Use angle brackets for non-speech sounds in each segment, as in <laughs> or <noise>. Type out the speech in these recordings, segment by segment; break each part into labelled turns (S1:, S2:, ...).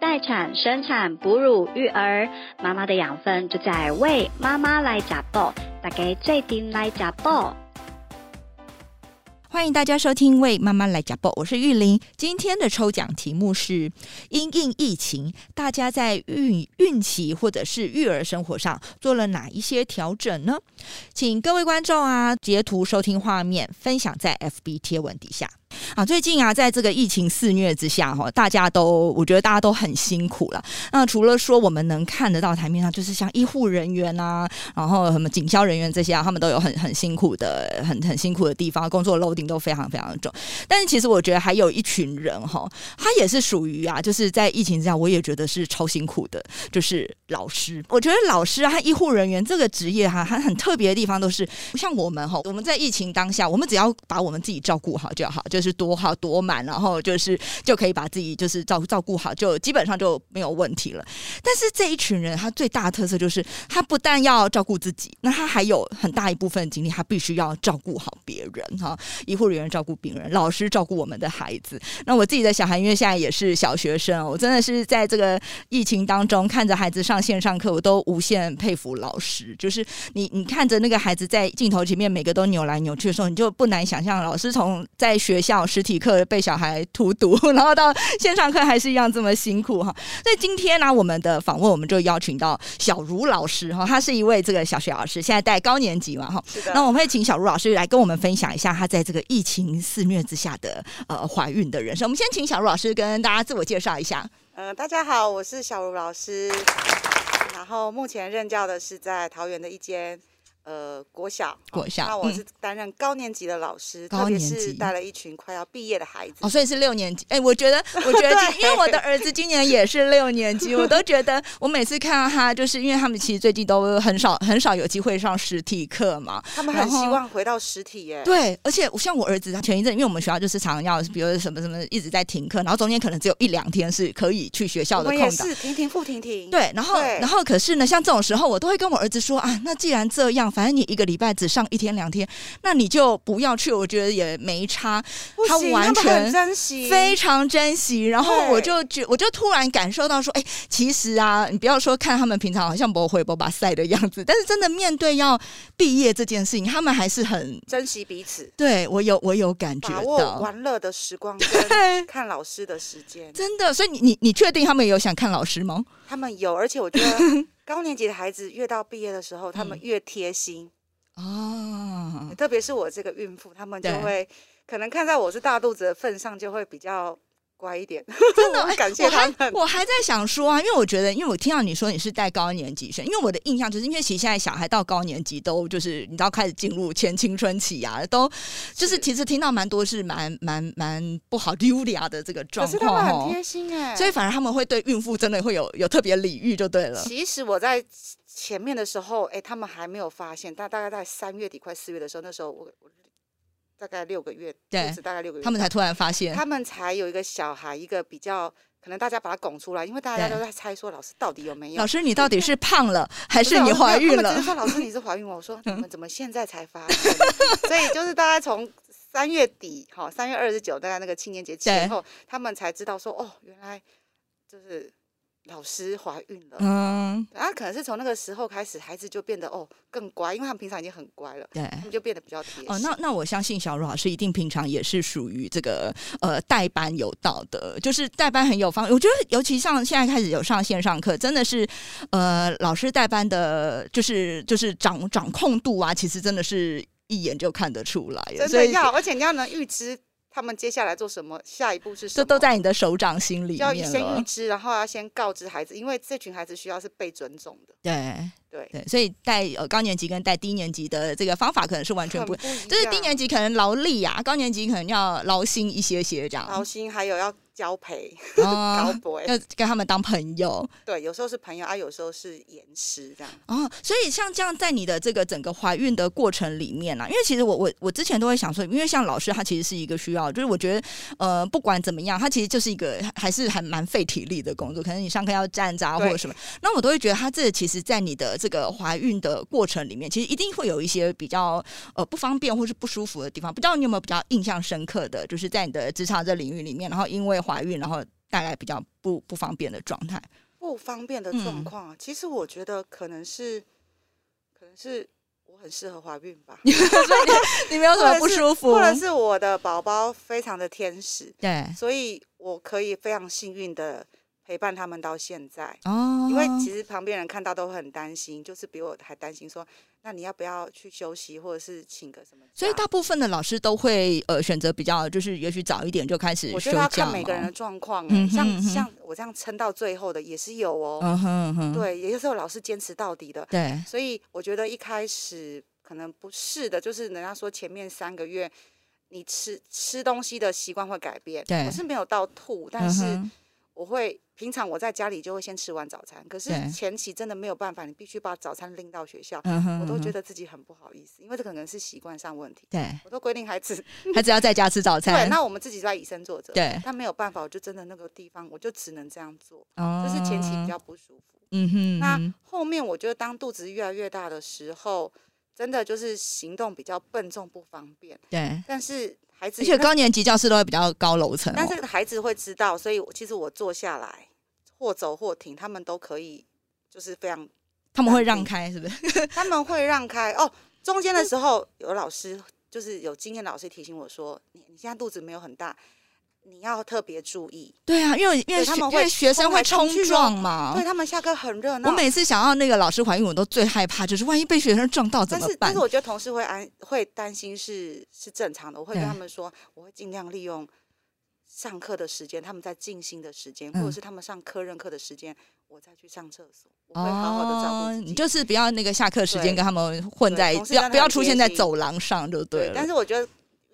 S1: 待产、生产、哺乳、育儿，妈妈的养分就在为妈妈来加爆，大家最顶来加爆。
S2: 欢迎大家收听《为妈妈来加爆》，我是玉玲。今天的抽奖题目是：因应疫情，大家在孕孕期或者是育儿生活上做了哪一些调整呢？请各位观众啊，截图收听画面，分享在 FB 贴文底下。啊，最近啊，在这个疫情肆虐之下，哈，大家都我觉得大家都很辛苦了。那除了说我们能看得到台面上，就是像医护人员啊，然后什么警消人员这些啊，他们都有很很辛苦的、很很辛苦的地方，工作 loading 都非常非常的重。但是其实我觉得还有一群人哈，他也是属于啊，就是在疫情之下，我也觉得是超辛苦的，就是老师。我觉得老师啊和医护人员这个职业哈、还很特别的地方都是，像我们哈，我们在疫情当下，我们只要把我们自己照顾好就好，就是多好多满，然后就是就可以把自己就是照照顾好，就基本上就没有问题了。但是这一群人，他最大的特色就是，他不但要照顾自己，那他还有很大一部分精力，他必须要照顾好别人哈。医护人员照顾病人，老师照顾我们的孩子。那我自己的小孩，因为现在也是小学生哦，我真的是在这个疫情当中看着孩子上线上课，我都无限佩服老师。就是你，你看着那个孩子在镜头前面每个都扭来扭去的时候，你就不难想象，老师从在学校实体课被小孩荼毒， <laughs> 然后到线上课还是一样这么辛苦哈。所以今天呢、我们的访问我们就邀请到小茹老师哈，他是一位这个小学老师，现在带高年级嘛哈。那我们会请小茹老师来跟我们分享一下她在这个疫情肆虐之下的呃怀孕的人生。我们先请小茹老师跟大家自我介绍一下。
S3: 嗯、大家好，我是小茹老师，然后目前任教的是在桃园的一间呃国小，
S2: 国小
S3: 那我
S2: 嗯
S3: 是担任高年级的老师，
S2: 高
S3: 特别
S2: 年级
S3: 是带了一群快要毕业的孩子。
S2: 哦，所以是六年级。哎，我 <laughs> 觉得，我觉得今，因为我的儿子今年也是六年级，我都觉得，我每次看到他，就是因为他们其实最近都很少很少有机会上实体课嘛，
S3: 他们
S2: 然
S3: 很希
S2: 后
S3: 望回到实体耶，
S2: 对，而且我像我儿子，他前一阵因为我们学校就是常常要，比如什么什么一直在停课，然后中间可能只有一两天是可以去学校
S3: 我
S2: 的
S3: 们也
S2: 空档。
S3: 是停停复停停。
S2: 对，然后
S3: 对
S2: 然后可是呢，像这种时候，我都会跟我儿子说啊，那既然这样，反正你一个礼拜只上一天两天，那你就不要去，我觉得也没差，
S3: 不
S2: 他
S3: 行，
S2: 完
S3: 们
S2: 全
S3: 很珍惜，
S2: 非
S3: <laughs>
S2: 常珍惜。然后我
S3: 对
S2: 就觉，我就突然感受到说，哎，其实啊，你不要说看他们平常好像不会不把赛的样子，但是真的面对要毕业这件事情，他们还是很
S3: 珍惜彼此，
S2: 对我有我有感觉
S3: 把握
S2: 到。
S3: 玩乐的时光跟
S2: 对
S3: 看老师的时间。
S2: 真的，所以你你你确定他们有想看老师吗？
S3: 他们有，而且我
S2: <laughs>
S3: 觉得高年级的孩子越到毕业的时候，他们
S2: 嗯
S3: 越贴心。
S2: 啊，
S3: 特别是我这个孕妇，他们就
S2: 对
S3: 会可能看在我是大肚子的份上，就会比较乖一点。
S2: 真的，
S3: <laughs> 我
S2: 哎
S3: 感谢
S2: 我
S3: 他
S2: 还
S3: 们。
S2: 我还在想说啊，因为我觉得，因为我听到你说你是带高年级生，因为我的印象就是，因为其实现在小孩到高年级都就是你知道开始进入前青春期啊，都就是
S3: 是
S2: 其实听到蛮多是蛮蛮蛮不好溜达的这个
S3: 可
S2: 状
S3: 是他们
S2: 况
S3: 很
S2: 哦，
S3: 贴心哎、
S2: 所以反而他们会对孕妇真的会有有特别礼遇就对了。
S3: 其实我在前面的时候，哎、他们还没有发现，但大概在三月底快四月的时候，那时候我我大概六个月，
S2: 对
S3: 肚子大概六个月，
S2: 他们才突然发现，
S3: 他们才有一个小孩，一个比较可能大家把他拱出来，因为大家
S2: 对
S3: 都在猜说老师到底有没有
S2: 老。师你到底是胖了还
S3: 不啊
S2: 是你怀孕
S3: 他们
S2: 了
S3: 直接？说老师你是怀孕吗？
S2: <laughs>
S3: 我说你们怎么现在才发现？ <laughs> 所以就是大概从三月底，好，三月二十九，大概那个青年节
S2: 对
S3: 前后，他们才知道说哦，原来就是老师怀孕了。
S2: 嗯，
S3: 然后可能是从那个时候开始，孩子就变得哦更乖，因为他们平常已经很乖了，
S2: 对
S3: 他。们就变得比较贴心。
S2: 哦，那那我相信小茹老师一定平常也是属于这个呃代班有道的，就是代班很有方。我觉得尤其像现在开始有上线上课，真的是呃老师代班的，就是就是掌掌控度啊，其实真的是一眼就看得出来耶。
S3: 真
S2: 所
S3: 的
S2: 以
S3: 要，而且你要能预知他们接下来做什么，下一步是什
S2: 这
S3: 么，
S2: 都在你的手掌心里
S3: 就要
S2: 面
S3: 先预
S2: 了。
S3: 知，然后要先告知孩子，因为这群孩子需要是被尊重的，
S2: 对
S3: 对，
S2: 对，所以带呃高年级跟带低年级的这个方法可能是完全
S3: 很
S2: 不，
S3: 不一
S2: 就是低
S3: 样
S2: 年级可能劳力啊，高年级可能要劳心一些些这样。哦
S3: <laughs> 劳心，还有要交陪、
S2: 啊
S3: <laughs> 高博、
S2: 要跟他们当朋友，
S3: 对，有时候是朋友啊，有时候是严师这样。
S2: 哦，所以像这样，在你的这个整个怀孕的过程里面啊，因为其实我我我之前都会想说，因为像老师他其实是一个需要，就是我觉得呃不管怎么样，他其实就是一个还是还蛮费体力的工作，可能你上课要站着啊或
S3: 对
S2: 者什么，那我都会觉得他这其实，在你的这个怀孕的过程里面，其实一定会有一些比较呃不方便或是不舒服的地方，不知道你有没有比较印象深刻的，就是在你的职场这领域里面，然后因为怀孕然后。大概比较不不方便的状态。
S3: 不方便的状
S2: 嗯
S3: 况、啊，其实我觉得可能是，可能是我很适合怀孕吧，
S2: 你没有什么不舒服
S3: 或？者是我的宝宝非常的天使，
S2: 对
S3: 所以我可以非常幸运的陪伴他们到现在。
S2: 哦，
S3: 因为其实旁边人看到都会很担心，就是比我还担心说，那你要不要去休息，或者是请个什么假？
S2: 所以大部分的老师都会呃选择比较就是也许早一点就开始
S3: 我觉
S2: 休
S3: 得要
S2: 假
S3: 看每个
S2: 嘛
S3: 人的状况、
S2: 嗯
S3: 欸，
S2: 哼嗯
S3: 像
S2: 哼
S3: 像我这样撑到最后的也是有哦，
S2: 嗯哼嗯哼，
S3: 对，也就是有老师坚持到底的。
S2: 对
S3: 所以我觉得一开始可能不是的，就是人家说前面三个月你吃吃东西的习惯会改变。
S2: 对
S3: 我是没有到吐，但
S2: 嗯
S3: 是
S2: 哼
S3: 我会平常我在家里就会先吃完早餐，可是
S2: 对
S3: 前期真的没有办法，你必须把早餐拎到学校，
S2: 嗯哼，
S3: 我都觉
S2: 得
S3: 得自己很不好意思，因为这可能是习惯上问题。
S2: 对，
S3: 我都规定孩子，
S2: 他只要在家吃早
S3: 对，
S2: 餐，
S3: 那我们自己在以身作则。
S2: 对
S3: 但没有办法，我就真的那个地方，我就只能这样做，
S2: 哦
S3: 就是前期比较不舒服。
S2: 嗯哼，
S3: 那
S2: 嗯
S3: 后面我觉得当肚子越来越大的时候，真的就是行动比较笨重不方便，
S2: 对，
S3: 但是孩子
S2: 而且高年级教室都会比较高楼层哦，
S3: 但是孩子会知道，所以我其实我坐下来或走或停，他们都可以，就是非常 <laughs>
S2: 他们会让开，是不是？ <laughs>
S3: 他们会让开哦。中间的时候有老师就是有经验老师提醒我说，你你现在肚子没有很大。你要特别注意，
S2: 对啊，因为因为
S3: 对他们
S2: 因为
S3: 会
S2: 学生
S3: 冲
S2: 会
S3: 来
S2: 冲
S3: 冲去哦
S2: 撞嘛
S3: 对。他们下课很热闹。
S2: 我每次想要那个老师怀孕，我都最害怕，就是万一被学生撞到怎
S3: 但
S2: 么
S3: 是，但
S2: 办
S3: 是？我觉得同事会安会担心是是正常的，我会跟
S2: 对
S3: 他们说，我会尽量利用上课的时间，他们在静心的时间，
S2: 嗯
S3: 或者是他们上科任课的时间，我再去上厕所，我会好好的照顾自
S2: 哦
S3: 己。
S2: 你就是不要那个下课时间
S3: 对
S2: 跟他们混在，
S3: 对同
S2: 不
S3: 事
S2: 要
S3: 让他
S2: 不要
S3: 们
S2: 出
S3: 贴
S2: 现在
S3: 心
S2: 走廊上就
S3: 对
S2: 了。
S3: 但是我觉得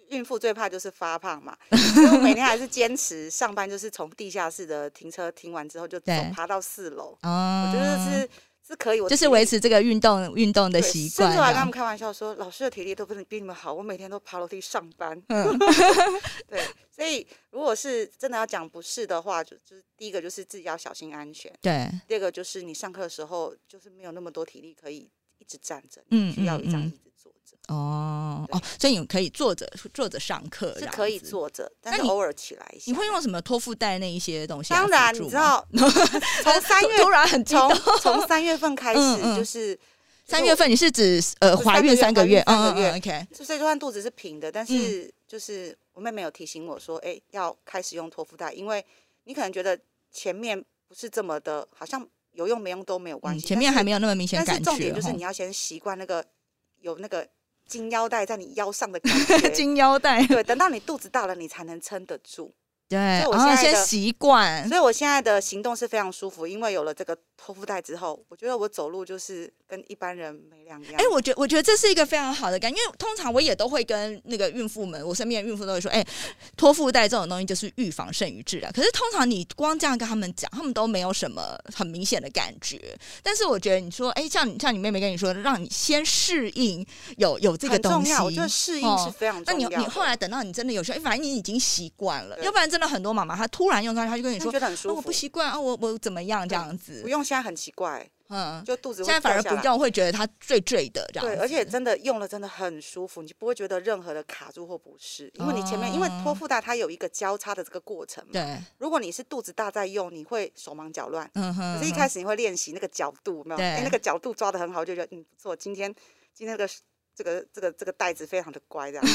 S3: 孕妇最怕就是发
S2: <laughs>
S3: 胖嘛，所以我每天还是坚持上班，就是从地下室的停车停完之后就走
S2: 对
S3: 爬到四楼，
S2: 啊，
S3: 我觉得是是可以，我
S2: 就是
S3: 体力
S2: 维持这个运动运动的
S3: 对
S2: 习
S3: 甚
S2: 惯
S3: 至我还
S2: 这
S3: 跟他
S2: 样。
S3: 们开玩笑说，老师的体力都不能比你们好，我每天都爬楼梯上班。 <laughs>
S2: 嗯 <laughs>
S3: 对，所以如果是真的要讲不是的话，就就是第一个就是自己要小心安全，
S2: 对，
S3: 第二个就是你上课的时候就是没有那么多体力可以一直站着，
S2: 嗯
S3: 你需要有一张
S2: 嗯嗯
S3: 椅子坐着，
S2: 哦
S3: 对
S2: 哦，所以你可以坐着坐着上课，
S3: 是可以
S2: 这样子。
S3: 坐着，但
S2: 那
S3: 是
S2: 你
S3: 偶尔起来一下。
S2: 你会用什么托腹带那一些东西来辅
S3: 当
S2: 助吗？
S3: 然，你知道，
S2: <laughs>
S3: 从三月
S2: 突然很激
S3: 从
S2: 动。
S3: 从三月份开
S2: 嗯
S3: 始
S2: 嗯
S3: 就是
S2: 三月，份你是指呃
S3: 是
S2: 怀孕三
S3: 三
S2: 个
S3: 个
S2: 月
S3: 月？
S2: 嗯
S3: 怀
S2: 嗯
S3: 孕三个
S2: 嗯
S3: 月
S2: ，OK，
S3: 就是所以就算肚子是平的，
S2: 嗯
S3: 但是就是我妹妹有提醒我说，哎、要开始用托腹带，因为你可能觉得前面不是这么的，好像有用没用都没有关
S2: 嗯，
S3: 系、
S2: 前面还没有那么明显
S3: 但是，
S2: 感
S3: 但是
S2: 觉。哦
S3: 重点就是
S2: 吼
S3: 你要先习惯那个有那个金腰带在你腰上的
S2: <laughs>
S3: 感觉。
S2: 金腰带，
S3: 对，等到你肚子大了，你才能撑得
S2: <laughs>
S3: 住。
S2: 对，
S3: 所以我
S2: 然
S3: 现
S2: 后
S3: 在
S2: 先
S3: 的
S2: 习惯
S3: 所以我现在的行动是非常舒服，因为有了这个托腹带之后，我觉得我走路就是跟一般人没两样。
S2: 哎、我觉我觉得这是一个非常好的感觉，因为通常我也都会跟那个孕妇们，我身边的孕妇都会说，哎、托腹带这种东西就是预防胜于治疗。可是通常你光这样跟他们讲，他们都没有什么很明显的感觉。但是我觉得你说，哎、像你像你妹妹跟你说，让你先适应有有这个
S3: 很
S2: 东
S3: 重
S2: 西，
S3: 要，我觉得适应是
S2: 哦
S3: 非常
S2: 那
S3: 重
S2: 你
S3: 要的。
S2: 你后来等到你真的有时候，哎反正你已经习惯了，
S3: 对
S2: 要不然真的很多妈妈她突然用上，她就跟你
S3: 你
S2: 说
S3: 觉得很：“
S2: 哦，
S3: 舒服，
S2: 我不习惯啊，我我怎么样这样子
S3: 不？”用现在很奇怪，
S2: 嗯，
S3: 就肚子
S2: 现
S3: 会
S2: 在反而
S3: 掉下
S2: 不
S3: 来。
S2: 用，会觉得她醉醉的这样子。
S3: 对，而且真的用了真的很舒服，你不会觉得任何的卡住或不适，因为你前面、因为
S2: 哦
S3: 托腹带它有一个交叉的这个过程嘛。
S2: 对，
S3: 如果你是肚子大在用，你会手忙脚乱，
S2: 嗯哼，
S3: 可是一开始你会练习那个角度，有没有？
S2: 对
S3: 哎，那个角度抓的很好，就觉得嗯不错，今天今天这个这个这个这个带子非常的乖，
S2: <laughs>
S3: 这样。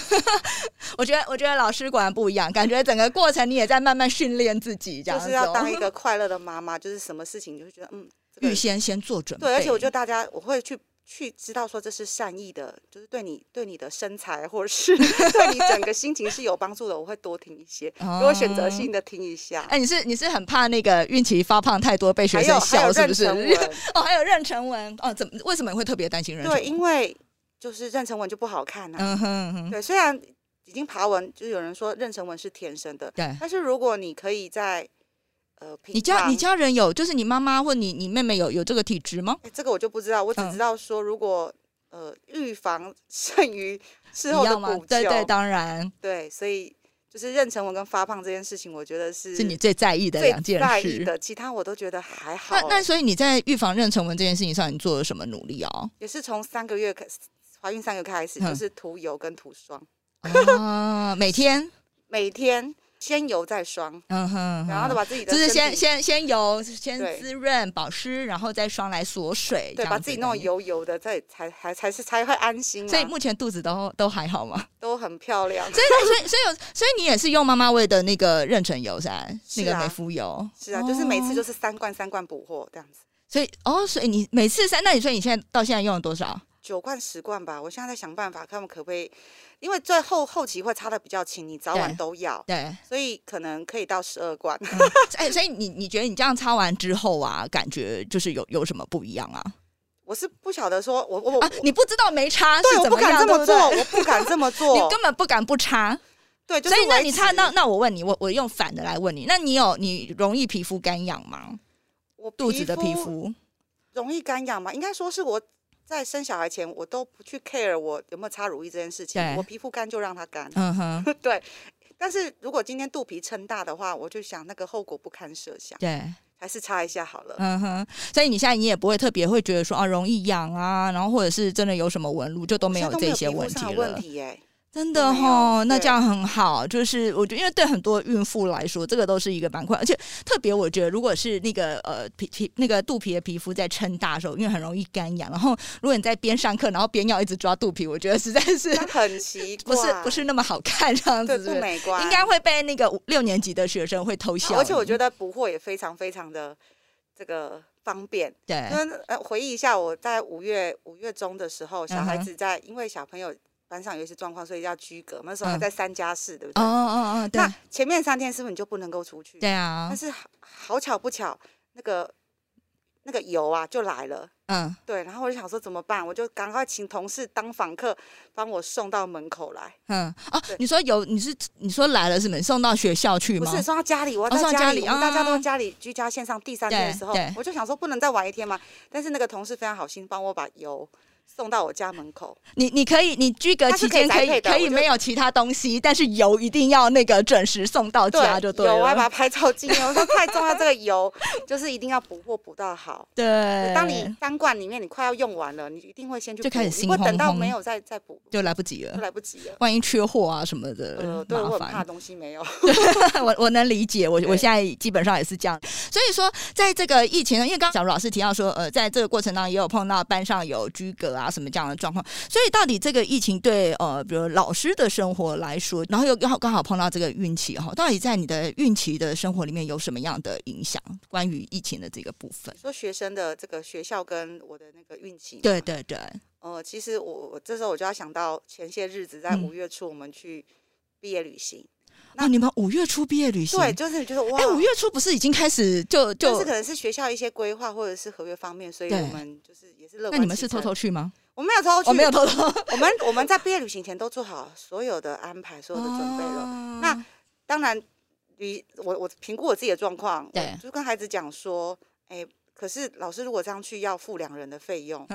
S2: 我觉得我觉得老师果然不一样，感觉整个过程你也在慢慢训练自己，这样
S3: 就
S2: 子、哦、
S3: 是要当一个快乐的妈妈，就是什么事情你就会觉得嗯，这
S2: <laughs>
S3: 个
S2: 预先先做准备。
S3: 对，而且我觉得大家我会去去知道说这是善意的，就是对你对你的身材或者是 <laughs> 对你整个心情是有帮助的，我会多听一些，
S2: 哦
S3: 如果选择性的听一下。
S2: 哎，你是你是很怕那个孕期发胖太多被学
S3: 还有
S2: 生
S3: 还
S2: 笑
S3: 有
S2: 是
S3: 妊
S2: 不是
S3: 娠？纹，
S2: <laughs> 哦，还有妊娠纹哦，怎么为什么你会特别担心妊娠纹？
S3: 对，因为就是妊娠纹就不好看呐、
S2: 嗯哼哼，
S3: 对，虽然已经爬文，就是有人说妊娠纹是天生的，
S2: 对。
S3: 但是如果你可以在呃平
S2: 你家
S3: 常
S2: 你家人有，就是你妈妈或你你妹妹有有这个体质吗？
S3: 哎这个我就不知道，我只
S2: 嗯
S3: 知道说如果、呃预防胜于
S2: 一
S3: 事后的
S2: 样吗
S3: 补？救，
S2: 对对，当然
S3: 对，所以就是妊娠纹跟发胖这件事情，我觉得是
S2: 是你最在意的
S3: 最
S2: 两件
S3: 在意
S2: 事。
S3: 的，其他我都觉得还好
S2: 那。那所以你在预防妊娠纹这件事情上，你做了什么努力哦？
S3: 也是从三个月开始，怀孕三个月开始，
S2: 嗯
S3: 就是涂油跟涂霜，
S2: 哦啊，每天
S3: 每天先油再霜，
S2: 嗯
S3: <laughs>
S2: 哼，
S3: 然后再把自己的
S2: 就是
S3: 身
S2: 先
S3: 体
S2: 先先油，先
S3: 对
S2: 滋润保湿，然后再霜来锁水，
S3: 对
S2: 这样
S3: 把
S2: 子
S3: 自己
S2: 的
S3: 弄得
S2: 感觉。
S3: 油油的，再才还才是才会安心、啊。
S2: 所以目前肚子都都还好嘛，
S3: 都很漂亮，
S2: <laughs> 所以所以所以有所以你也是用妈妈味的那个妊娠油噻、那
S3: 是
S2: 个
S3: 啊
S2: 美肤油，
S3: 是啊，就是每次
S2: 哦
S3: 就是三罐三罐补货这样子，
S2: 所以哦，所以你每次三，那你说你现在到现在用了多少？
S3: 九罐十罐吧。我现在在想办法，看我可不可以，因为最后后期会擦的比较勤，你早晚
S2: 对
S3: 都要，
S2: 对，
S3: <laughs>
S2: 哎、
S3: 所以可能可以到十二罐。
S2: 所以你你觉得你这样擦完之后啊，感觉就是有有什么不一样啊？
S3: 我是不晓得说，我我我、
S2: 啊，你不知道没擦
S3: 对
S2: 是
S3: 我
S2: 怎
S3: 不
S2: 么
S3: 敢
S2: 样，
S3: 这
S2: 对
S3: 么做，
S2: 不对
S3: 我不敢这么
S2: <laughs> 你
S3: 做。
S2: 根本不敢不擦，
S3: 对，就是
S2: 所以那你
S3: 维
S2: 擦
S3: 持
S2: 那那我问你，我我用反的来问你，那你有你容易皮肤干痒吗？
S3: 我
S2: 肚子的皮肤
S3: 容易干痒嘛？应该说是我在生小孩前，我都不去 care 我有没有擦乳液这件事情
S2: 对，
S3: 我皮肤干就让它干。 <laughs>
S2: 嗯哼，
S3: 对，但是如果今天肚皮撑大的话，我就想那个后果不堪设想，
S2: 对，
S3: 还是擦一下好了。
S2: 嗯哼，所以你现在你也不会特别会觉得说啊容易痒啊，然后或者是真的有什么纹路，就都没有
S3: 现在都
S2: 这些
S3: 皮肤
S2: 问
S3: 上
S2: 题
S3: 的问
S2: 了。
S3: 题耶，
S2: 真
S3: 都
S2: 的
S3: 没有
S2: 哈，那
S3: 对
S2: 这样很好。就是我觉得，因为对很多孕妇来说，这个都是一个板块，而且特别我觉得，如果是那个呃皮皮那个肚皮的皮肤在撑大的时候，因为很容易干痒，然后如果你在边上课，然后边要一直抓肚皮，我觉得实在是
S3: 那很
S2: <laughs>
S3: 奇
S2: 不
S3: 怪，
S2: 是不是那么好看这样
S3: 对
S2: 子，
S3: 不
S2: 是
S3: 美观，啊
S2: 应该会被那个五六年级的学生会偷笑你、
S3: 而且我觉
S2: 得
S3: 得补货也非常非常的这个方便。
S2: 对，
S3: 因为呃，回忆一下，我在五月五月中的时候，小
S2: 嗯
S3: 孩
S2: 哼
S3: 子在、因为小朋友班上有一些状况，所以要居隔。那时候还
S2: 嗯
S3: 在三加四，对不
S2: 哦
S3: 对？
S2: 哦哦，对
S3: 那前面三天是不是你就不能够出去？
S2: 对啊
S3: 但，是好好巧不巧，那个那个油啊就来了。
S2: 嗯，
S3: 对，然后我就想说怎么办，我就赶快请同事当访客帮我送到门口来，
S2: 嗯哦
S3: 对，
S2: 你说有你是你说来了是没送到学校去
S3: 不
S2: 吗？
S3: 是送到家里，我
S2: 哦
S3: 在
S2: 送到
S3: 家
S2: 家
S3: 里，
S2: 里
S3: 我们大家
S2: 啊
S3: 都在家里居家线上第三天的
S2: 对
S3: 时候
S2: 对，
S3: 我就想说不能再玩一天嘛，但是那个同事非常好心帮我把油送到我家门口，
S2: 你你可以你居隔
S3: 它
S2: 期
S3: 是可以
S2: 间可
S3: 宅
S2: 以
S3: 配的
S2: 可以
S3: 我就
S2: 没有其他东西，但是油一定要那个准时送到家就对
S3: 有啊我还把
S2: 了。
S3: 它拍照纪念，
S2: <laughs>
S3: 我说太重要，这个油就是一定要补货补到好。
S2: 对，
S3: 当你三罐里面你快要用完了，你一定会先去
S2: 就
S3: 补，
S2: 开始
S3: 你
S2: 心
S3: 不会等到
S2: 慌
S3: 没
S2: 慌
S3: 有再
S2: <laughs>
S3: 再补，
S2: 就来不及
S3: 就
S2: 了。
S3: 来不及了。
S2: 万一缺货啊什么的，
S3: 呃，对我
S2: 麻
S3: 很
S2: 烦
S3: 怕。东西没有。
S2: <laughs> 我我能理解，我我
S3: 对
S2: 现在基本上也是这样。所以说，在这个疫情呢，因为刚刚小茹老师提到说，呃，在这个过程当中也有碰到班上有居隔啊什么这样的状况，所以到底这个疫情对呃，比如老师的生活来说，然后又刚好刚好碰到这个孕期哈，到底在你的孕期的生活里面有什么样的影响？关于疫情的这个部分，
S3: 说学生的这个学校跟我的那个运气，
S2: 对对对，
S3: 呃，其实我我这时候我就要想到前些日子在
S2: 嗯
S3: 五月初我们去毕业旅行，
S2: 那、你们五月初毕业旅行，
S3: 对，就是你觉得哇，
S2: 哎，五月初不是已经开始就
S3: 就
S2: 就是
S3: 可能是学校一些规划或者是合约方面，所以
S2: 对
S3: 我们就是也是乐观。
S2: 那你们是偷偷？去吗？哦
S3: 我们没有偷偷去，
S2: 我、没有。偷偷
S3: 我们我们在毕业旅行前都做好所有的安排，所有的准备了。
S2: 哦
S3: 那当然，你我我评估我自己的状况，
S2: 对
S3: 我就跟孩子讲说，哎、可是老师如果这样去，要付两人的
S2: <laughs>
S3: 费用，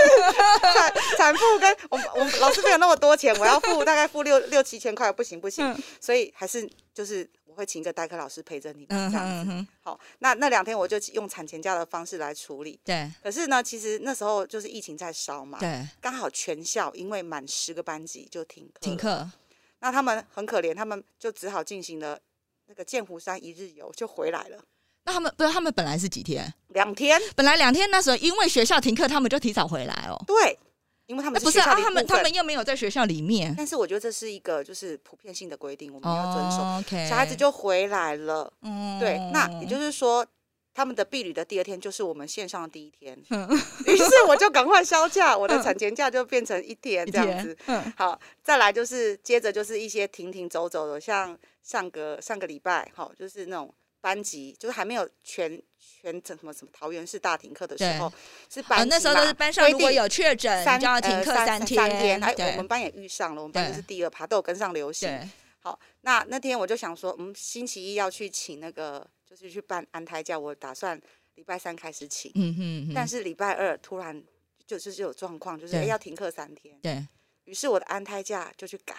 S3: 产产妇跟我们我们老师没有那么多钱，我要付大概付六六七千块，不行不行，
S2: 嗯
S3: 所以还是就是我会请一个代课老师陪着你们
S2: 嗯
S3: 这
S2: 哼
S3: 样
S2: 嗯
S3: 子。
S2: 哼，
S3: 好，那那两天我就用产前假的方式来处理。
S2: 对
S3: 可是呢，其实那时候就是疫情在烧嘛，
S2: 对，
S3: 刚好全校因为满十个班级就停课，
S2: 停课。
S3: 那他们很可怜，他们就只好进行了那个剑湖山一日游，就回来了
S2: 那他们不是他们本来是几天？
S3: 两天。
S2: 本来两天那时候因为学校停课，他们就提早回来哦。
S3: 对，因为他
S2: 那
S3: 们
S2: 不是
S3: 学校
S2: 啊，
S3: 的一
S2: 他们
S3: 部分
S2: 他们，又没有在学校里面。
S3: 但是我觉得这是一个就是普遍性的规定，我们要嗯遵守。
S2: 哦，OK，哦嗯
S3: 小孩子就回来了，对，那也就是说。他们的避旅的第二天就是我们线上的第一
S2: <laughs>
S3: 天，于是我就赶快休假，我的产前假就变成一
S2: <laughs>
S3: 天
S2: 一
S3: 这样子
S2: 天。，嗯
S3: 好，再来就是接着就是一些停停走走的，像上个上个礼拜，好、就是那种班级，就是还没有全全整什么什么桃园市大停课的时候，是班级、
S2: 啊，
S3: 嘛，
S2: 那时候都是班上如果
S3: 规定
S2: 有确诊，
S3: 三
S2: 就要停
S3: 呃
S2: 课
S3: 三
S2: 天。
S3: 天，哎，我
S2: 对
S3: 们班也遇上了，我们班
S2: 对
S3: 就是第二趴，都有跟上流行。
S2: 对，
S3: 好，那那天我就想说，嗯，星期一要去请那个，就是去办安胎假，我打算礼拜三开始请，
S2: 嗯哼哼，
S3: 但是礼拜二突然就就是有状况，就是
S2: 对
S3: 哎要停课三天，
S2: 对，
S3: 于是我的安胎假就去改。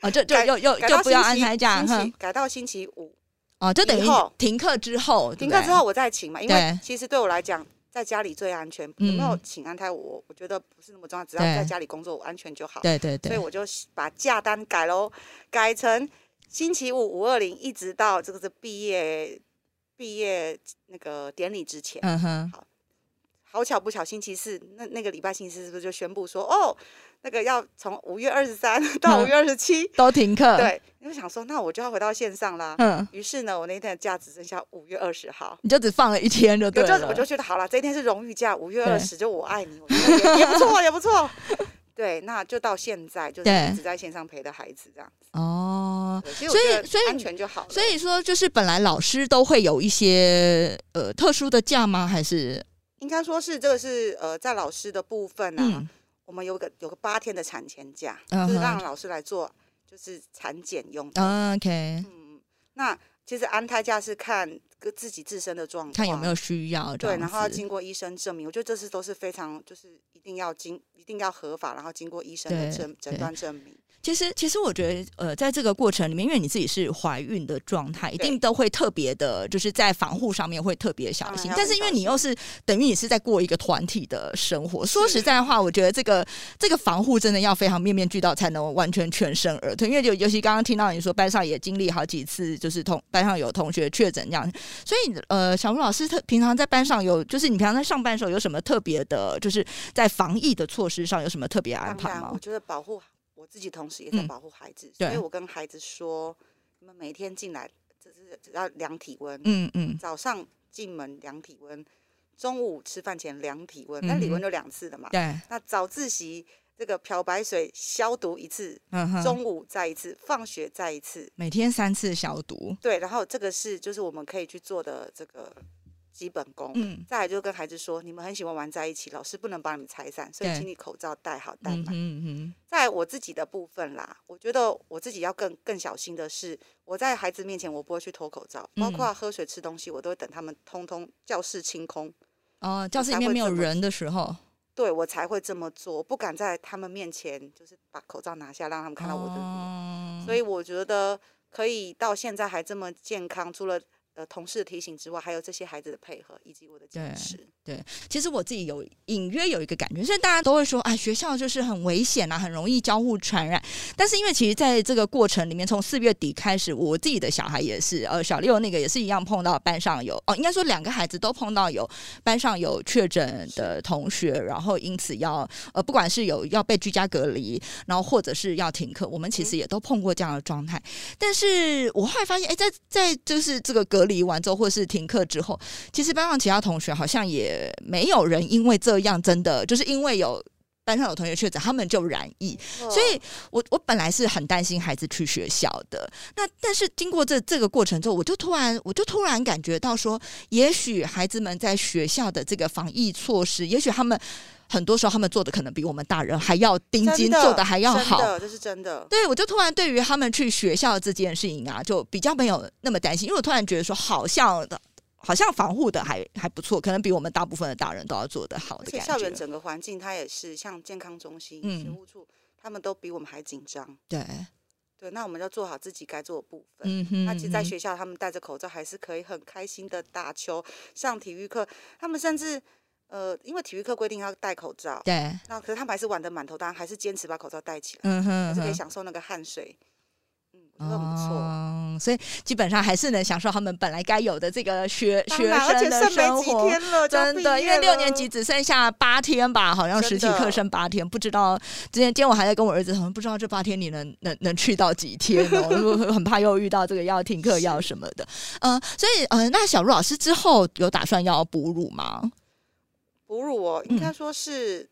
S2: 哦，就就
S3: 改
S2: 又又
S3: 改
S2: 就
S3: 到
S2: 不要
S3: 星
S2: 安
S3: 期
S2: 排假，
S3: 星
S2: 哼
S3: 期，改到星期五，
S2: 哦，就等于
S3: 以后
S2: 停课之后，对
S3: 停
S2: 不
S3: 课
S2: 对
S3: 之后我再请嘛，因为
S2: 对
S3: 其实对我来讲，在家里最安全。有没有
S2: 嗯
S3: 请安胎我，我觉得不是那么重要，只要我
S2: 对
S3: 在家里工作我安全就好。
S2: 对对
S3: 所以
S2: 对，
S3: 我就把假单改喽，改成星期五五二零一直到这个是毕业毕业那个典礼之前，
S2: 嗯哼，
S3: 好巧不巧，星期四那那个礼拜星期四是不是就宣布说，哦，那个要从五月二十三 <laughs> 到
S2: 嗯
S3: 五月二十七，
S2: 都停课，，
S3: 对，你就想说，那我就要回到线上啦。
S2: 嗯，
S3: 于是呢，我那天的假只剩下五月二十号。
S2: 你就只放了一天就
S3: 我
S2: 对
S3: 就
S2: 了，
S3: 我就觉得好了，这一天是荣誉假，五月
S2: 对
S3: 二十就我爱你，我觉得也也不错，也
S2: <laughs>
S3: 不错。对，那就到现在就是
S2: 对
S3: 一直在线上陪的孩子这样子。
S2: 哦，
S3: 对其实我
S2: 所以
S3: 觉得
S2: 所以
S3: 安全就好了。
S2: 所以说就是本来老师都会有一些呃特殊的假吗？还是
S3: 应该说是这个是呃，在老师的部分啊，
S2: 嗯
S3: 我们有个有个八天的产前假，
S2: 嗯哼
S3: 就是让老师来做就是产检用的。
S2: 啊？OK，
S3: 嗯，那其实安胎假是看个自己自身的状况，
S2: 看有没有需要这
S3: 对，
S2: 样
S3: 然后要
S2: 子
S3: 经过医生证明。我觉得这是都是非常就是一定要经一定要合法，然后经过医生的
S2: 对
S3: 诊诊
S2: 对
S3: 断证明。
S2: 其实，其实我觉得，呃，在这个过程里面，因为你自己是怀孕的状态，一定
S3: 对
S2: 都会特别的，就是在防护上面会特别小
S3: 当然
S2: 心
S3: 要。
S2: 但
S3: 很
S2: 是，因为
S3: 小
S2: 你又是等于你是在过一个团体的生活，说实在话，我觉得这个这个防护真的要非常面面俱到，才能完全全身而退。因为就尤其刚刚听到你说班上也经历好几次，就是同班上有同学确诊这样，所以呃，小吴老师特平常在班上有，就是你平常在上班的时候有什么特别的，就是在防疫的措施上有什么特别安
S3: 当
S2: 排
S3: 然，
S2: 吗
S3: 我？觉得保护我自己，同时也在
S2: 嗯
S3: 保护孩子，
S2: 对
S3: 所以我跟孩子说，你们每天进来就是只要量体温，
S2: 嗯嗯，
S3: 早上进门量体温，中午吃饭前量体温，
S2: 嗯
S3: 那体
S2: 哼
S3: 温就两次的嘛。
S2: 对。
S3: 那早自习这个漂白水消毒一次，
S2: 嗯哼，
S3: 中午再一次，放学再一次。
S2: 每天三次消毒。
S3: 对，然后这个是就是我们可以去做的这个基本功。
S2: 嗯
S3: 再来就跟孩子说，你们很喜欢玩在一起，老师不能帮你们拆散，所以
S2: 对
S3: 请你口罩戴好戴
S2: 嗯
S3: 满。
S2: 嗯
S3: 在我自己的部分啦，我觉得我自己要更更小心的是，我在孩子面前我不会去脱口罩，包
S2: 嗯
S3: 括喝水、吃东西，我都会等他们通通教室清空，
S2: 哦，教室里面没有人的时候，
S3: 对我才会这么做。我不敢在他们面前就是把口罩拿下，让他们看到我的脸。
S2: 哦
S3: 所以我觉得可以到现在还这么健康，除了呃同事的提醒之外，还有这些孩子的配合以及我的坚
S2: 对
S3: 持。
S2: 其实我自己有隐约有一个感觉，所以大家都会说，哎，学校就是很危险啊，很容易交互传染。但是因为其实在这个过程里面，从四月底开始，我自己的小孩也是，呃，小六那个也是一样碰到班上有，哦，应该说两个孩子都碰到有班上有确诊的同学，然后因此要呃，不管是有要被居家隔离，然后或者是要停课，我们其实也都碰过这样的状态。但是我后来发现，哎，在在就是这个隔离完之后，或是停课之后，其实班上其他同学好像也没有人因为这样真的，就是因为有班上有同学确诊，他们就染疫。
S3: 嗯
S2: 所以我我本来是很担心孩子去学校的，那但是经过这这个过程之后，我就突然我就突然感觉到说，也许孩子们在学校的这个防疫措施，也许他们很多时候他们做的可能比我们大人还要盯紧，
S3: 真
S2: 做的还要好
S3: 真。的这是真的。
S2: 对，我就突然对于他们去学校这件事情啊，就比较没有那么担心，因为我突然觉得说，好像好像防护的还还不错，可能比我们大部分的大人都要做得好
S3: 而
S2: 的
S3: 且
S2: 感
S3: 校园
S2: 觉。
S3: 整个环境，它也是像健康中心、
S2: 嗯
S3: 学务处，他们都比我们还紧张。
S2: 对，
S3: 对，那我们要做好自己该做的部分。
S2: 嗯哼，
S3: 那其实，在
S2: 嗯哼
S3: 学校，他们戴着口罩还是可以很开心的打球、上体育课。他们甚至，呃，因为体育课规定要戴口罩，
S2: 对，
S3: 那可是他们还是玩的满头大汗，还是坚持把口罩戴起来，
S2: 嗯哼，
S3: 还是可以
S2: 嗯哼
S3: 享受那个汗水。嗯，我觉得很不错。
S2: 哦，所以基本上还是能享受他们本来该有的这个学
S3: 当
S2: 学
S3: 然而
S2: 生
S3: 且
S2: 的
S3: 剩没
S2: 生
S3: 几
S2: 活。
S3: 天了，就要
S2: 真
S3: 毕
S2: 的，因为
S3: 业
S2: 六年
S3: 了
S2: 级只剩下八天吧，好像
S3: 真
S2: 实体
S3: 的
S2: 课剩八天，不知道今天今天我还在跟我儿子讨论，不知道这八天你能能能去到几天
S3: <laughs>
S2: 哦，我就很怕又遇到这个要停课要什么的，呃，所以呃，那小陆老师之后有打算要哺乳吗？
S3: 哺乳哦，应
S2: 嗯
S3: 该说是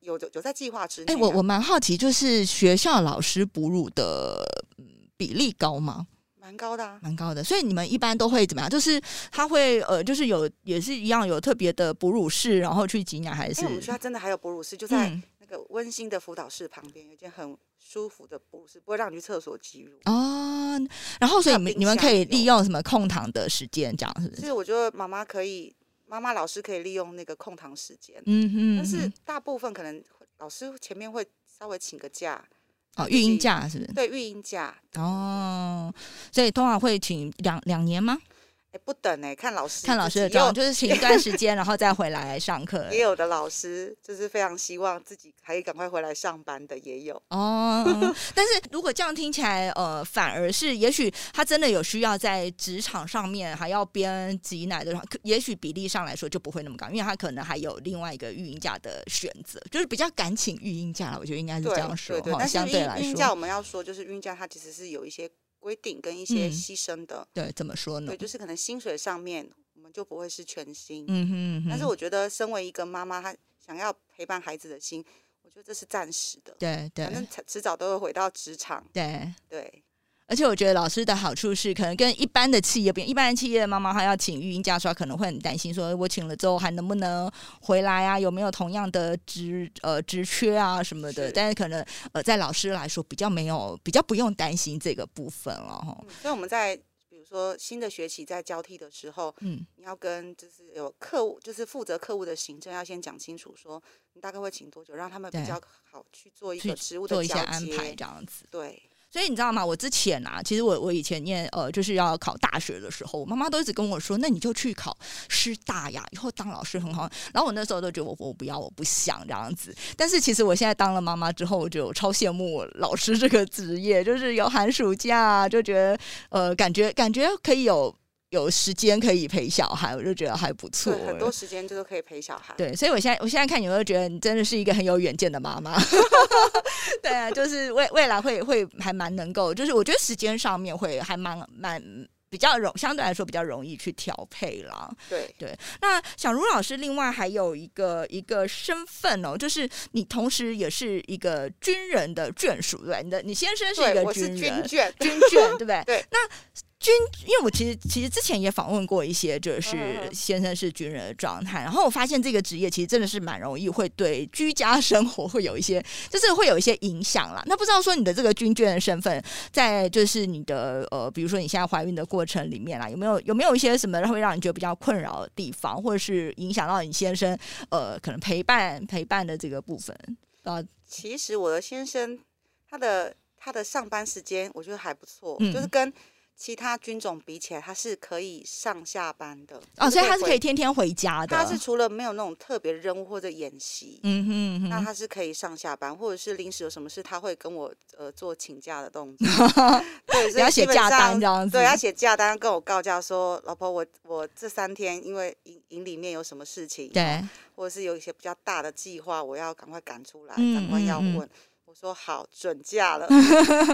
S3: 有有有在计划之内
S2: 哎、
S3: 啊。
S2: 我我蛮好奇，就是学校老师哺乳的嗯比例高吗？
S3: 蛮高的啊。
S2: 蛮高的，所以你们一般都会怎么样？就是他会呃，就是有也是一样有特别的哺乳室，然后去挤奶还
S3: 因
S2: 是
S3: 为？我们学校真的还有哺乳室，就在
S2: 嗯
S3: 那个温馨的辅导室旁边，有一间很舒服的哺乳室，不会让你去厕所挤 <laughs> 乳。
S2: 啊、然后所以你们你
S3: 还有冰箱
S2: 们可以利用什么空堂的时间这样是不
S3: 其
S2: 是？
S3: 实我觉得妈妈可以，妈妈老师可以利用那个空堂时间，
S2: 嗯哼，
S3: 但是
S2: 嗯
S3: 大部分可能会老师前面会稍微请个假，
S2: 哦，育婴假是不是？
S3: 对育婴假。
S2: 哦，所以通常会请两两年吗？
S3: 哎，不等哎，看老师自己，
S2: 看老师的
S3: 也有
S2: 状况，就是请一段时
S3: <laughs>
S2: 间，然后再回来上课。
S3: 也有的老师就是非常希望自己可以赶快回来上班的，也有。
S2: 哦， <laughs> 嗯但是如果这样听起来，呃，反而是也许他真的有需要在职场上面还要编挤奶的话，可也许比例上来说就不会那么高，因为他可能还有另外一个育婴假的选择，就是比较敢请育婴假了。我觉得应该是嗯
S3: 对
S2: 这样说
S3: 对对，
S2: 哈，
S3: 但是
S2: 相对
S3: 孕
S2: 来
S3: 孕假我
S2: 说，
S3: 们要说，就是孕假它其实是有一些规定跟一些
S2: 嗯
S3: 牺牲的，
S2: 对，怎么说呢
S3: 对，？就是可能薪水上面我们就不会是全薪，
S2: 嗯哼嗯哼，
S3: 但是我觉得身为一个妈妈，她想要陪伴孩子的心，我觉得这是暂时的，
S2: 对对
S3: 反正迟迟早都会回到职场，
S2: 对。
S3: 对，
S2: 而且我觉得老师的好处是，可能跟一般的企业不一样，一般的企业妈妈她要请育婴假的时候，可能会很担心，说我请了之后还能不能回来啊？有没有同样的职呃职缺啊什么的？
S3: 是
S2: 但是可能呃，在老师来说比较没有，比较不用担心这个部分了哈。
S3: 嗯所以我们在比如说新的学期在交替的时候，
S2: 嗯，
S3: 你要跟就是有客户，就是负责客户的行政，要先讲清楚说你大概会请多久，让他们
S2: 对
S3: 比较好去做一
S2: 去
S3: 个职务
S2: 做
S3: 的
S2: 一些
S3: 交
S2: 安排
S3: 接。
S2: 这样子。
S3: 对，
S2: 所以你知道吗？我之前啊，其实我我以前念呃，就是要考大学的时候，我妈妈都一直跟我说：“那你就去考师大呀，以后当老师很好。”然后我那时候都觉得我我不要，我不想这样子。但是其实我现在当了妈妈之后，我觉得我超羡慕我老师这个职业，就是有寒暑假啊，就觉得呃，感觉感觉可以有有时间可以陪小孩，我就觉得还不错。
S3: 对，很多时间就是可以陪小孩。
S2: 对，所以我现在我现在看你，我就觉得你真的是一个很有远见的妈妈。 <laughs> 对啊，就是未未来会会还蛮能够，就是我觉得时间上面会还蛮蛮比较容，相对来说比较容易去调配啦。
S3: 对，
S2: 那小茹老师另外还有一个一个身份哦，就是你同时也是一个军人的眷属，对不对？你的你先生是一
S3: 对，
S2: 个
S3: 我是
S2: 军
S3: 军
S2: 人，
S3: 眷，
S2: 军眷，对不对？
S3: <laughs> 对。
S2: 那军，因为我其实其实之前也访问过一些，就
S3: 嗯嗯
S2: 是
S3: 嗯
S2: <laughs> 先生是军人的状态，然后我发现这个职业其实真的是蛮容易会对居家生活会有一些，就是会有一些影响啦。那不知道说你的这个军眷的身份，在就是你的呃，比如说你现在怀孕的过程里面啦，有没有有没有一些什么会让你觉得比较困扰的地方，或者是影响到你先生呃可能陪伴陪伴的这个部分？啊，
S3: 其实我的先生他的他的上班时间我觉得还不错，
S2: 嗯
S3: 就是跟其他军种比起来，他是可以上下班的。
S2: 哦，
S3: 就
S2: 所以他是可以
S3: 回。
S2: 天天回家的。
S3: 他是除了没有那种特别任务或者演习，
S2: 嗯哼嗯哼，
S3: 那他是可以上下班，或者是临时有什么事，他会跟我呃做请假的动
S2: <laughs>
S3: 作。对，所
S2: 要
S3: 以
S2: 写
S3: 基本
S2: 假单
S3: 上
S2: 这样子
S3: 对，要写假单，跟我告假说，老婆，我我这三天因为营营里面有什么事情，
S2: 对，
S3: 或者是有一些比较大的计划，我要赶快赶出来，
S2: 嗯
S3: 长官要
S2: 嗯嗯
S3: 问，我说好，准
S2: <laughs>
S3: 假了。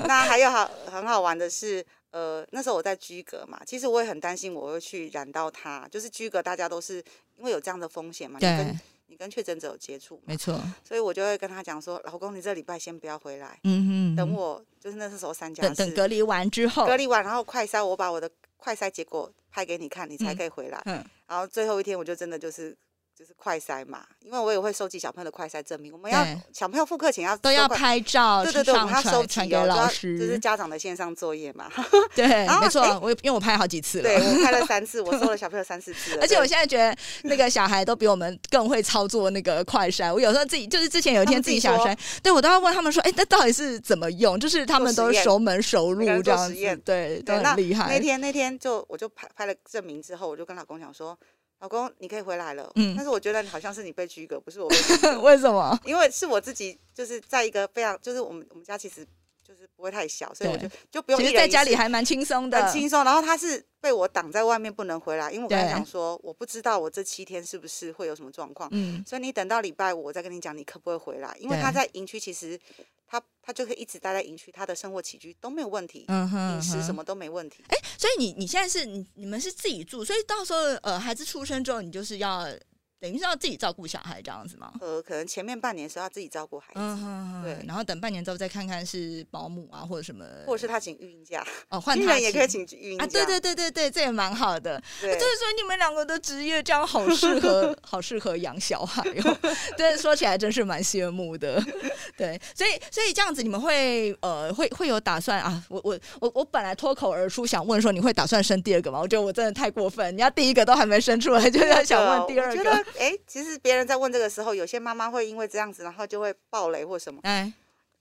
S3: 那还有好很好玩的是，呃，那时候我在居格嘛，其实我也很担心我会去染到他，就是居格大家都是因为有这样的风险嘛，你
S2: 对
S3: 跟，你跟确诊者有接触嘛，
S2: 没错，
S3: 所以我就会跟他讲说，老公，你这礼拜先不要回来，
S2: 嗯哼，
S3: 等我就是那时候三加
S2: 等等
S3: 四
S2: 隔离哦完之后，
S3: 隔离完，然后快筛，我把我的快筛结果拍给你看，你才可以回来。
S2: 嗯，
S3: 然后最后一天我就真的就是就是快筛嘛，因为我也会收集小朋友的快筛证明，我们要
S2: 对
S3: 小朋友复课前要
S2: 都要
S3: 收快。
S2: 拍照，
S3: 对对对，我
S2: 上
S3: 们要收
S2: 传传
S3: 集哦，
S2: 给
S3: 就
S2: 老
S3: 要就是
S2: 师，
S3: 家长的线上作业嘛。
S2: 对，
S3: 后
S2: 没错
S3: 哎，
S2: 我因为我拍好几次
S3: 对
S2: 了。
S3: 我拍了三次，我
S2: <laughs>
S3: 收了小朋友三四次了。
S2: 哦而且我
S3: 对
S2: 现在觉得那个小孩都比我们更会操作那个快筛。我有时候自己就是之前有一
S3: 他
S2: 天
S3: 们
S2: 自
S3: 自
S2: 己
S3: 己
S2: 想
S3: 说
S2: 筛，对我都要问他们说：“哎，那到底是怎么用？”就是他们
S3: 做
S2: 都
S3: 实验
S2: 熟门熟路
S3: 每个人
S2: 这
S3: 做
S2: 样
S3: 实
S2: 子
S3: 验，
S2: 对，都
S3: 对那
S2: 很厉害
S3: 那。天那天就我就拍拍了证明之后，我就跟老公讲说，老公你可以回来了。
S2: 嗯
S3: 但是我觉得好像是你被拘格，不是我
S2: <laughs>
S3: 被拘
S2: <laughs>
S3: 格，
S2: 为什么？
S3: 因为是我自己就是在一个非常就是我们我们家其实就是不会太小，所以我
S2: 对
S3: 就就不用
S2: 其
S3: 一
S2: 实
S3: 人
S2: 在
S3: 一
S2: 家里
S3: 室
S2: 还蛮轻松的，
S3: 很轻松。然后他是被我挡在外面不能回来，因为我跟他
S2: 对
S3: 讲说，我不知道我这七天是不是会有什么状况，
S2: 嗯，
S3: 所以你等到礼拜五我再跟你讲你可不可以回来，因为
S2: 对
S3: 他在营区其实他他就可以一直待在营区，他的生活起居都没有问题，
S2: 嗯哼，
S3: 饮食
S2: 嗯哼
S3: 什么都没问题。
S2: 所以你你现在是你你们是自己住，所以到时候呃孩子出生之后，你就是要等于是要自己照顾小孩这样子吗？
S3: 呃，可能前面半年的时候他自己照顾孩子，
S2: 嗯哼，
S3: 对
S2: 然后等半年之后再看看是保姆啊或者什么，
S3: 或者是他 <laughs> 请育婴假，
S2: 哦换
S3: 新
S2: 他
S3: 人也
S2: 请
S3: 可以请育婴假。
S2: 啊，对对对对对，这也蛮好的。
S3: 对
S2: 就是说你们两个的职业这样好适合，好适合养小孩哦。 <laughs> 对，说起来真是蛮羡慕的。 <laughs> 对，所以所以这样子你们会呃会会有打算啊？我我我我本来脱口而出想问说你会打算生第二个吗？我觉得我真的太过分，人家第一个都还没生出来就 <laughs> 要想问第二
S3: 我觉得
S2: 个。，
S3: 哎、其实别人在问这个时候，有些妈妈会因为这样子，然后就会爆雷或什么。
S2: 哎，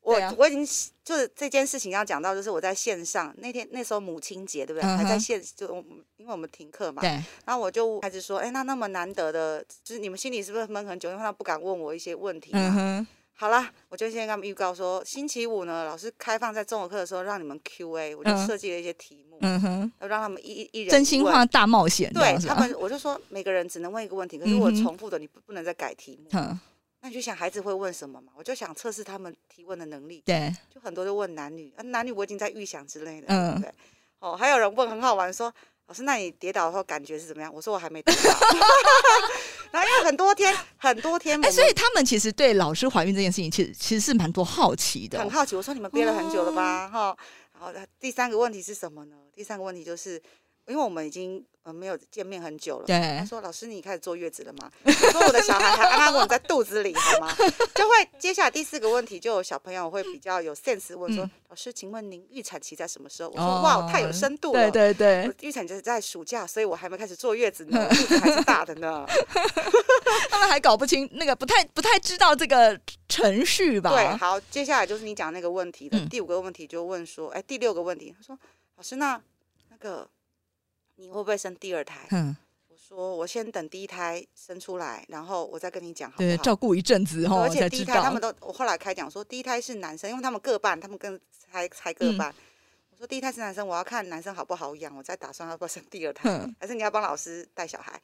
S3: 我、
S2: 对啊
S3: 我已经就是这件事情要讲到，就是我在线上那天那时候母亲节对不对？
S2: 嗯哼
S3: 还在线，就我们因为我们停课嘛，
S2: 对，
S3: 然后我就开始说，哎，那那么难得的，就是你们心里是不是闷很久？因为他不敢问我一些问题嘛。
S2: 嗯哼，
S3: 好啦，我就先跟他们预告说，星期五呢，老师开放在中午课的时候让你们 Q&A，我就
S2: 嗯
S3: 设计了一些题目，
S2: 嗯哼，
S3: 要让他们一一人
S2: 真心
S3: 问
S2: 话大冒险，这
S3: 对
S2: 样是啊
S3: 他
S2: 吧？
S3: 们，我就说每个人只能问一个问题，可是我
S2: 嗯哼
S3: 重复的你不不能再改题目。
S2: 嗯，
S3: 那你就想孩子会问什么嘛？我就想测试他们提问的能力，
S2: 对，
S3: 就很多就问男女，啊、男女我已经在预想之类的，
S2: 嗯
S3: 对。哦，还有人问很好玩，说老师，那你跌倒的时候感觉是怎么样？我说我还没跌倒。 <laughs> 然后因为很多天，很多天我
S2: 哎、
S3: 们，
S2: 所以他们其实对老师怀孕这件事情，其实其实是蛮多好奇的哦、
S3: 很好奇，我说你们憋了很久了吧？哈、
S2: 哦
S3: 然后呃第三个问题是什么呢？第三个问题就是，因为我们已经呃没有见面很久了，
S2: 对
S3: 他，说：“老师，你开始坐月子了吗？”我说：“我的小孩还安安稳稳在肚子里，好吗？”就会接下来第四个问题，就有小朋友会比较有 sense 问
S2: 嗯
S3: 说：“老师，请问您预产期在什么时候？”我说：“哇，太有深度了。”
S2: 哦对对对
S3: 我，预产期在暑假，所以我还没开始坐月子呢，肚子还是大的呢。
S2: <laughs> 他们还搞不清那个，不太不太知道这个程序吧？
S3: 对，好，接下来就是你讲那个问题的、
S2: 嗯
S3: 第五个问题，就问说：“哎，第六个问题，他说：‘老师，那那个你会不会生第二胎
S2: 嗯，？’
S3: 我说：‘我先等第一胎生出来，然后我再跟你讲，好不
S2: 对，
S3: 好？’
S2: 照顾一阵子
S3: 对
S2: 哦，
S3: 而且
S2: 才
S3: 第一
S2: 知
S3: 胎他
S2: 道
S3: 们。都，我后来开讲说，第一胎是男生，因为他们各半，他们跟才才各
S2: 嗯
S3: 半。我说第一胎是男生，我要看男生好不好养，我再打算要不要生第二胎，
S2: 嗯，
S3: 还是你要帮老师带小
S2: <laughs>
S3: 孩？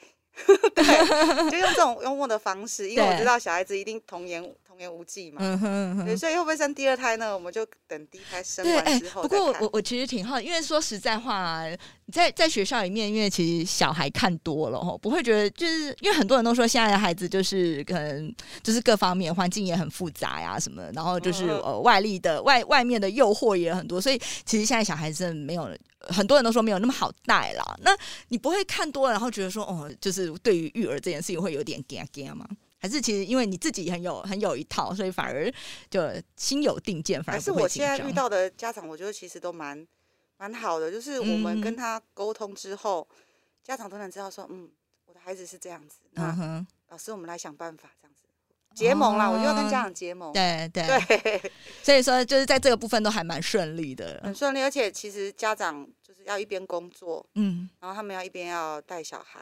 S3: 对，就用这种幽默的方式，因为我
S2: 对
S3: 知道小孩子一定童言童言无忌嘛。
S2: 嗯哼嗯哼
S3: 对，所以会不会生第二胎呢？我们就等第一胎生
S2: 对，
S3: 完
S2: 哎、
S3: 之后
S2: 不
S3: 再
S2: 过我
S3: 看
S2: 我我其实挺好，因为说实在话、你在在学校里面，因为其实小孩看多了哦，不会觉得就是因为很多人都说现在的孩子就是可能就是各方面环境也很复杂呀、什么，然后就是、
S3: 嗯
S2: 呃外力的外外面的诱惑也很多，所以其实现在小孩子没有。很多人都说没有那么好带啦，那你不会看多了，然后觉得说哦，就是对于育儿这件事情会有点尴尬吗？还是其实因为你自己很有很有一套，所以反而就心有定见，反
S3: 还
S2: 而
S3: 是
S2: 不会
S3: 我
S2: 紧
S3: 现在
S2: 张
S3: 遇到的家长，我觉得其实都蛮蛮好的，就是我们
S2: 嗯
S3: 跟他沟通之后，家长都能知道说，嗯，我的孩子是这样子，那
S2: 嗯哼，
S3: 老师，我们来想办法这样子结盟啦，我就要跟
S2: 哦
S3: 家长结盟。
S2: 对对，
S3: 啊对，
S2: 所以说就是在这个部分都还蛮顺利的
S3: 很。顺利，而且其实家长就是要一边工作，
S2: 嗯，
S3: 然后他们要一边要带小孩。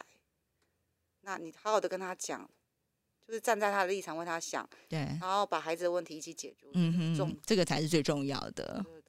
S3: 那你好好的跟他讲，就是站在他的立场为他想，
S2: 对，
S3: 然后把孩子的问题一起解决，
S2: 嗯
S3: 嗯，重
S2: 哼，这个才是最重要的。
S3: 对对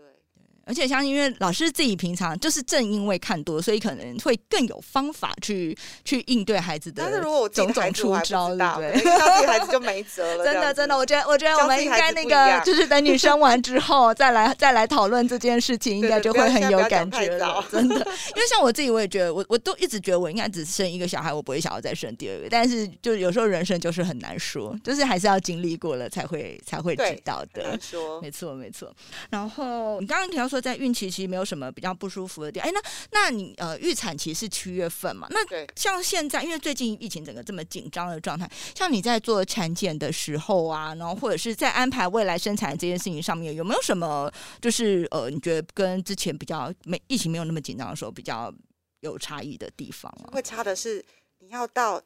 S2: 而且相信，因为老师自己平常就是正因为看多，所以可能会更有方法去去应对孩子的
S3: 但是如果我自己
S2: 种
S3: 的孩
S2: 种
S3: 子我
S2: 出
S3: 还不知
S2: 招，
S3: 道，
S2: 对
S3: 可
S2: 不
S3: 能
S2: 对？
S3: <laughs> 遇到自己孩子就没辙
S2: <laughs>
S3: 了。
S2: 真
S3: 这
S2: 的，
S3: 样
S2: 真的，
S3: 子
S2: 我觉得，我觉得我们应该那个，
S3: 教自己孩子不一样
S2: 就是等女生完之后， <laughs> 再来再来讨论这件事情，应该就会很有感觉
S3: 对对不要现在不要讲
S2: 了
S3: 太。早
S2: 真的，因为像我自己，我也觉得，我我都一直觉得我应该只生一个小孩，我不会想要再生第二个。但是，就有时候人生就是很难说，就是还是要经历过了才会才会
S3: 对
S2: 知道
S3: 很
S2: 的
S3: 难。说。
S2: 没错，没错。然后你刚刚提到说，在孕期其实没有什么比较不舒服的地方。哎，那那你呃，预产期是七月份嘛？那
S3: 对，
S2: 像现在，因为最近疫情整个这么紧张的状态，像你在做产检的时候啊，然后或者是在安排未来生产这件事情上面，有没有什么就是呃，你觉得跟之前比较没疫情没有那么紧张的时候比较有差异的地方啊？
S3: 会差的是你要到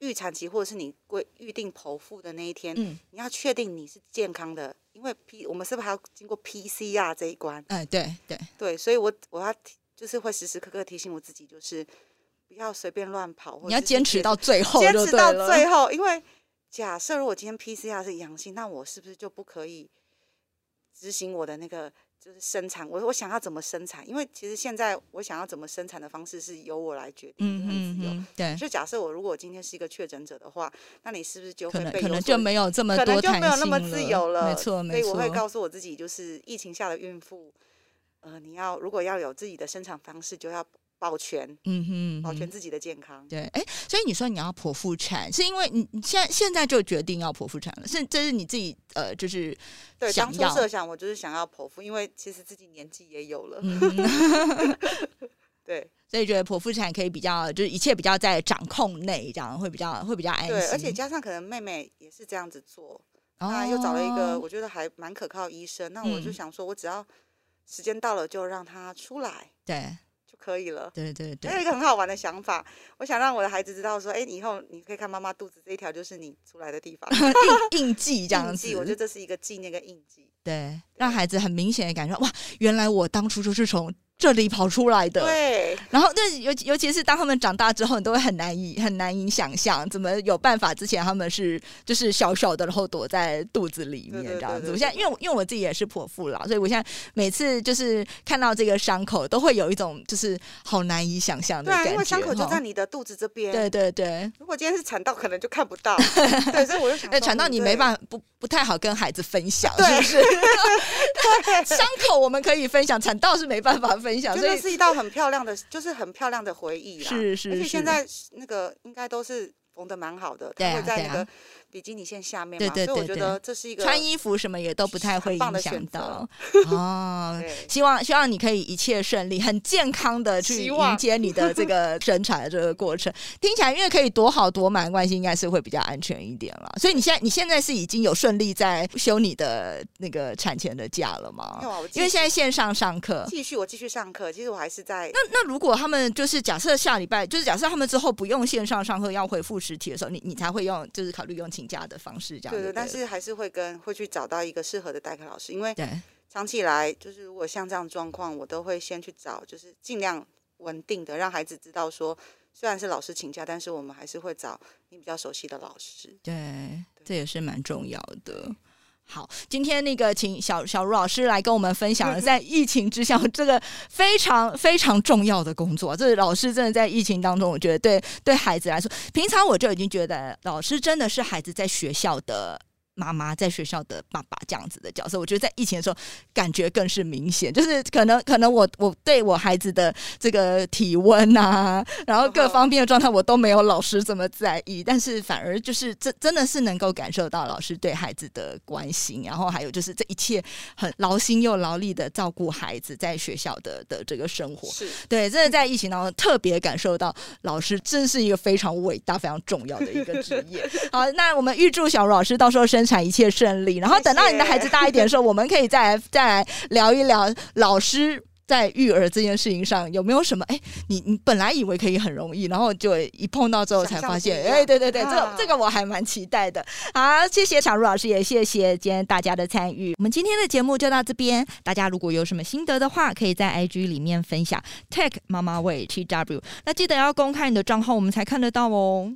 S3: 预产期或者是你规预定剖腹的那一天，
S2: 嗯，
S3: 你要确定你是健康的，因为 P 我们是不是还要经过 PCR 这一关？
S2: 哎、对对，
S3: 对，所以我我要提就是会时时刻刻提醒我自己，就是不要随便乱跑，或
S2: 你要
S3: 者是
S2: 坚持到最后，
S3: 坚持到最。后，因为假设如果今天 PCR 是阳性，那我是不是就不可以执行我的那个就是生产？我我想要怎么生产？因为其实现在我想要怎么生产的方式是由我来决定，
S2: 嗯
S3: 就很
S2: 嗯
S3: 自由。
S2: 嗯，对，
S3: 就假设我如果今天是一个确诊者的话，那你是不是就
S2: 可
S3: 会
S2: 能
S3: 被
S2: 可能
S3: 有
S2: 就
S3: 所
S2: 没有这么
S3: 可能
S2: 多
S3: 就
S2: 弹性
S3: 没有那么自由了？
S2: 没错没错。
S3: 所以我会告诉我自己，就是疫情下的孕妇，呃，你要如果要有自己的生产方式，就要保全
S2: 嗯哼嗯
S3: 保
S2: 哼
S3: 全自己的健康。
S2: 对，哎，所以你说你要剖腹产，是因为你你现在现在就决定要剖腹产了，是这是你自己呃，就是
S3: 对，
S2: 想
S3: 当初
S2: 要，
S3: 设想我就是想要剖腹，因为其实自己年纪也有了，
S2: 嗯，
S3: <laughs> 对
S2: 所以觉得剖腹产可以比较，就是一切比较在掌控内，这样会比较会比较安心。
S3: 对，而且加上可能妹妹也是这样子做，那又找了一个
S2: 哦，
S3: 我觉得还蛮可靠的医生，那我就
S2: 嗯
S3: 想说，我只要时间到了就让她出来。
S2: 对，
S3: 就就可以了。
S2: 对对
S3: 还
S2: 对，
S3: 有一个很好玩的想法，我想让我的孩子知道说，哎、以后你可以看妈妈肚子这一条就是你出来的地方，
S2: 印印 <laughs>
S3: <laughs>
S2: 记这样
S3: 印记，
S2: 子，
S3: 我觉得这是一个纪念跟印记。
S2: 对，让孩子很明显的感觉，哇，原来我当初就是从这里跑出来的。
S3: 对，
S2: 然后，那尤尤其是当他们长大之后，你都会很难以很难以想象，怎么有办法？之前他们是就是小小的，然后躲在肚子里面
S3: 对对
S2: 这样子。
S3: 对对
S2: 我现在因为我因为我自己也是剖腹啦，所以我现在每次就是看到这个伤口，都会有一种就是好难以想象的
S3: 对
S2: 感
S3: 啊，
S2: 觉。
S3: 因为伤口就
S2: 哈
S3: 在你的肚子这边。
S2: 对对对，
S3: 如果今天是产道，可能就看不
S2: <laughs>
S3: 到。对，所以我就想
S2: 那
S3: 说，
S2: 呃传到你没
S3: 法。
S2: 办法不不太好跟孩子分享，
S3: 对
S2: 是不是？伤口我们可以分享，产道是没办法分享，
S3: 真
S2: 所
S3: 的
S2: 以
S3: 是一道很漂亮的，就是很漂亮的回忆啦。
S2: 是是
S3: 而且
S2: 是
S3: 现在是那个应该都是缝的蛮好的，
S2: 对
S3: 它
S2: 啊
S3: 会在
S2: 对啊
S3: 那个比基尼线下面
S2: 对
S3: 嘛，
S2: 对
S3: 所以我
S2: 对
S3: 觉
S2: 对
S3: 得这是一个
S2: 穿衣服什么也都不太会影响到
S3: <laughs>
S2: 哦
S3: 对。
S2: 希望希望你可以一切顺利，很健康的去
S3: 希望
S2: 迎接你的这个生产的这个过程。听起来因为可以躲好躲满，关系应该是会比较安全一点了。所以你现在你现在是已经有顺利在休你的那个产前的假了吗
S3: 没有？啊，我继
S2: 因为现在
S3: 续
S2: 线上上课，
S3: <laughs> 继续我继续上课，其实我还是在
S2: 那那如果他们就是假设下礼拜，就是假设他们之后不用线上上课，要恢复实体的时候，你你才会用就是考虑用请假的方式这样
S3: 对
S2: 对
S3: 对，
S2: 不
S3: 但是还是会跟会去找到一个适合的代课老师，因为
S2: 对
S3: 长期以来就是如果像这样状况，我都会先去找，就是尽量稳定的让孩子知道说，虽然是老师请假，但是我们还是会找你比较熟悉的老师。
S2: 对，这也是蛮重要的。好，今天那个请小小茹老师来跟我们分享了在疫情之下这个非常非常重要的工作。这老师真的在疫情当中，我觉得对对孩子来说，平常我就已经觉得老师真的是孩子在学校的妈妈，在学校的爸爸这样子的角色。我觉得在疫情的时候，感觉更是明显，就是可能可能我我对我孩子的这个体温啊，然后各方面的状态我都没有老师这么在意，但是反而就是真真的是能够感受到老师对孩子的关心，然后还有就是这一切很劳心又劳力的照顾孩子在学校的的这个生活，
S3: 是，
S2: 对，真的在疫情当中特别感受到老师真是一个非常伟大、非常重要的一个职
S3: <laughs>
S2: 业。好，那我们预祝小茹老师到时候生产一切顺利，然后等到你的孩子大一点的时候，我们可以再来再来聊一聊老师。在育儿这件事情上，有没有什么？哎，你你本来以为可以很容易，然后就一碰到之后才发现
S3: 想，象不一样
S2: 哎，对对对，这个
S3: 啊
S2: 这个我还蛮期待的。好，谢谢小茹老师，也谢谢今天大家的参与。我们今天的节目就到这边，大家如果有什么心得的话，可以在 IG 里面分享 tag 妈妈为 TW。那记得要公开你的账号，我们才看得到哦。